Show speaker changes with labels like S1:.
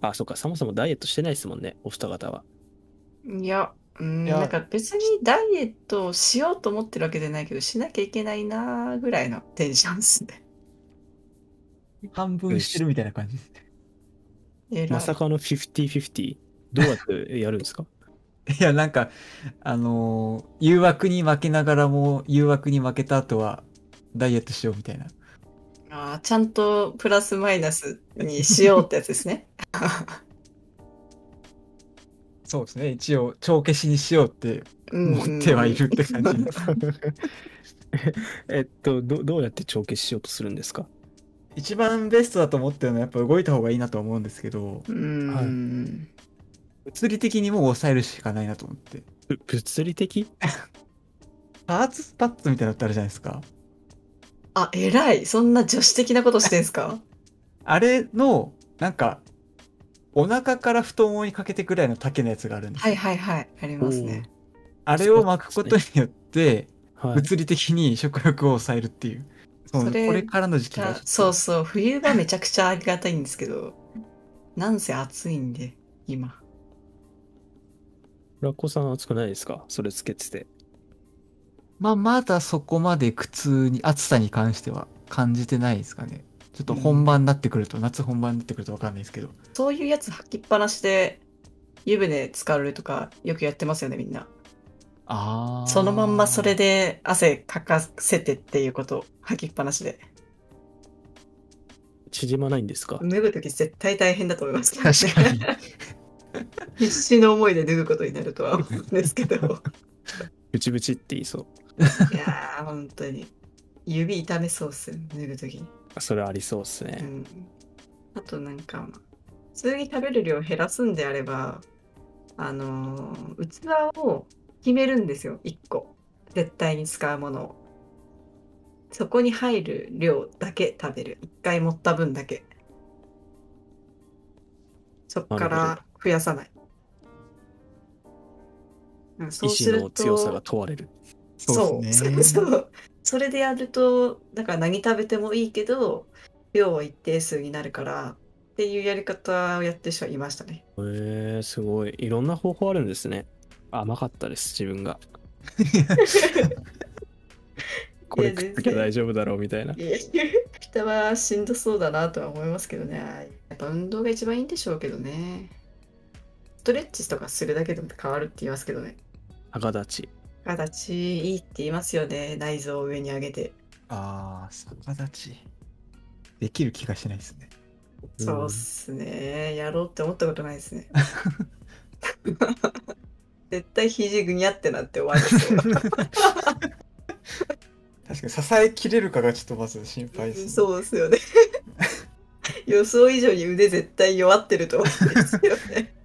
S1: あ、そっか、そもそもダイエットしてないですもんね、お二方は。
S2: いや、うん、
S3: いや
S2: なんか別にダイエットをしようと思ってるわけじゃないけど、しなきゃいけないなーぐらいのテンションです ね。
S3: 半分してるみたいな感じですね。
S2: えら
S1: ま
S2: い
S1: さかの50-50、どうやってやるん ですか
S3: いや、なんか、あのー誘惑に負けながらも、誘惑に負けた後は、ダイエットしようみたいな。
S2: あーちゃんとプラスマイナスにしようってやつ ですね。
S3: そうですね。一応、帳消しにしようって
S2: うんうん
S3: 思ってはいるって感 じです。
S1: えっとど、どうやって帳消ししようとするんですか
S3: 一番ベストだと思ってるのは、やっぱ動いた方がいいなとは思うんですけど、
S2: うん、
S1: はい
S3: 物理的にもう抑えるしかないなと思って。
S1: ぶ物理的
S3: パーツスパッツみたいなのってあるじゃないですか。
S2: あ、えらい。そんな女子的なことしてんす か
S3: あれの、なんか、お腹から太ももにかけてくらいの丈のやつがあるんですよ
S2: はいはいはい。ありますね。
S3: あれを巻くことによって、
S1: はい。
S3: 物理的に食欲を抑えるっていう。そう
S2: それ
S3: これからの時期
S2: じゃ
S3: が
S2: あ。そううそう。冬場めちゃくちゃありがたいんですけど、 なんせ暑いんで、今。
S1: ラッコさん暑くないですかそれつけてて。
S3: まあ、まだそこまで苦痛に、暑さに関しては感じてないですかね。ちょっと本番になってくると、夏本番になってくるとわかんないですけど。
S2: そういうやつ履きっぱなしで、湯船浸かるとかよくやってますよね、みんな。
S3: ああ。
S2: そのまんまそれ。で汗かかせてっていうこと、履きっぱなしで。
S1: 縮まないんですか
S2: 脱ぐとき絶対大変だと思いますけどね、
S3: 確かに。
S2: 必死の思いで脱ぐことになるとは思うんですけど。い
S1: ブチブチって言いそう。
S2: やー、本当に。指痛めそうっすよ、脱ぐときに。
S1: あそれありそうです
S2: う
S1: ね。
S2: ん。あとなんか、普通に食べる量を減らすんであれば、あのー器を決めるんですよ、1個。絶対に使うものを。そこに入る量だけ食べる。1回持った分だけ。そこ
S1: な
S2: か
S1: る
S2: ら増やさない。うんそ
S1: 意
S2: うす
S1: 志
S2: る
S1: の
S2: と
S1: 強さが問われる。
S3: そうですね。
S2: そうそうそれでやるとだから何食べてもいいけど量は一定数になるからっていうやり方をやってる人はいましたね
S1: へえー、すごい。いろんな方法あるんですね。甘かったです、自分が。これ
S2: いや
S1: 食っときゃ
S2: 全然
S1: 大丈夫だろうみたいな。
S2: いや 人はしんどそうだなとは思いますけどねやっぱ運動が一番いいんでしょうけどねストレッチとかするだけでも変わるって言いますけどね
S1: 赤立ち。
S2: 形いいって言いますよね内臓を上に上げて
S3: ああ、逆立ち。できる気がしないですね。
S2: そうっすね。やろうって思ったことないです ね。絶対肘ぐにゃってなって終わりそう
S3: 確かに支えきれるかがちょっとまず心配です、ね。
S2: そう ですよね。予想以上に腕絶対弱ってると思うんですよね。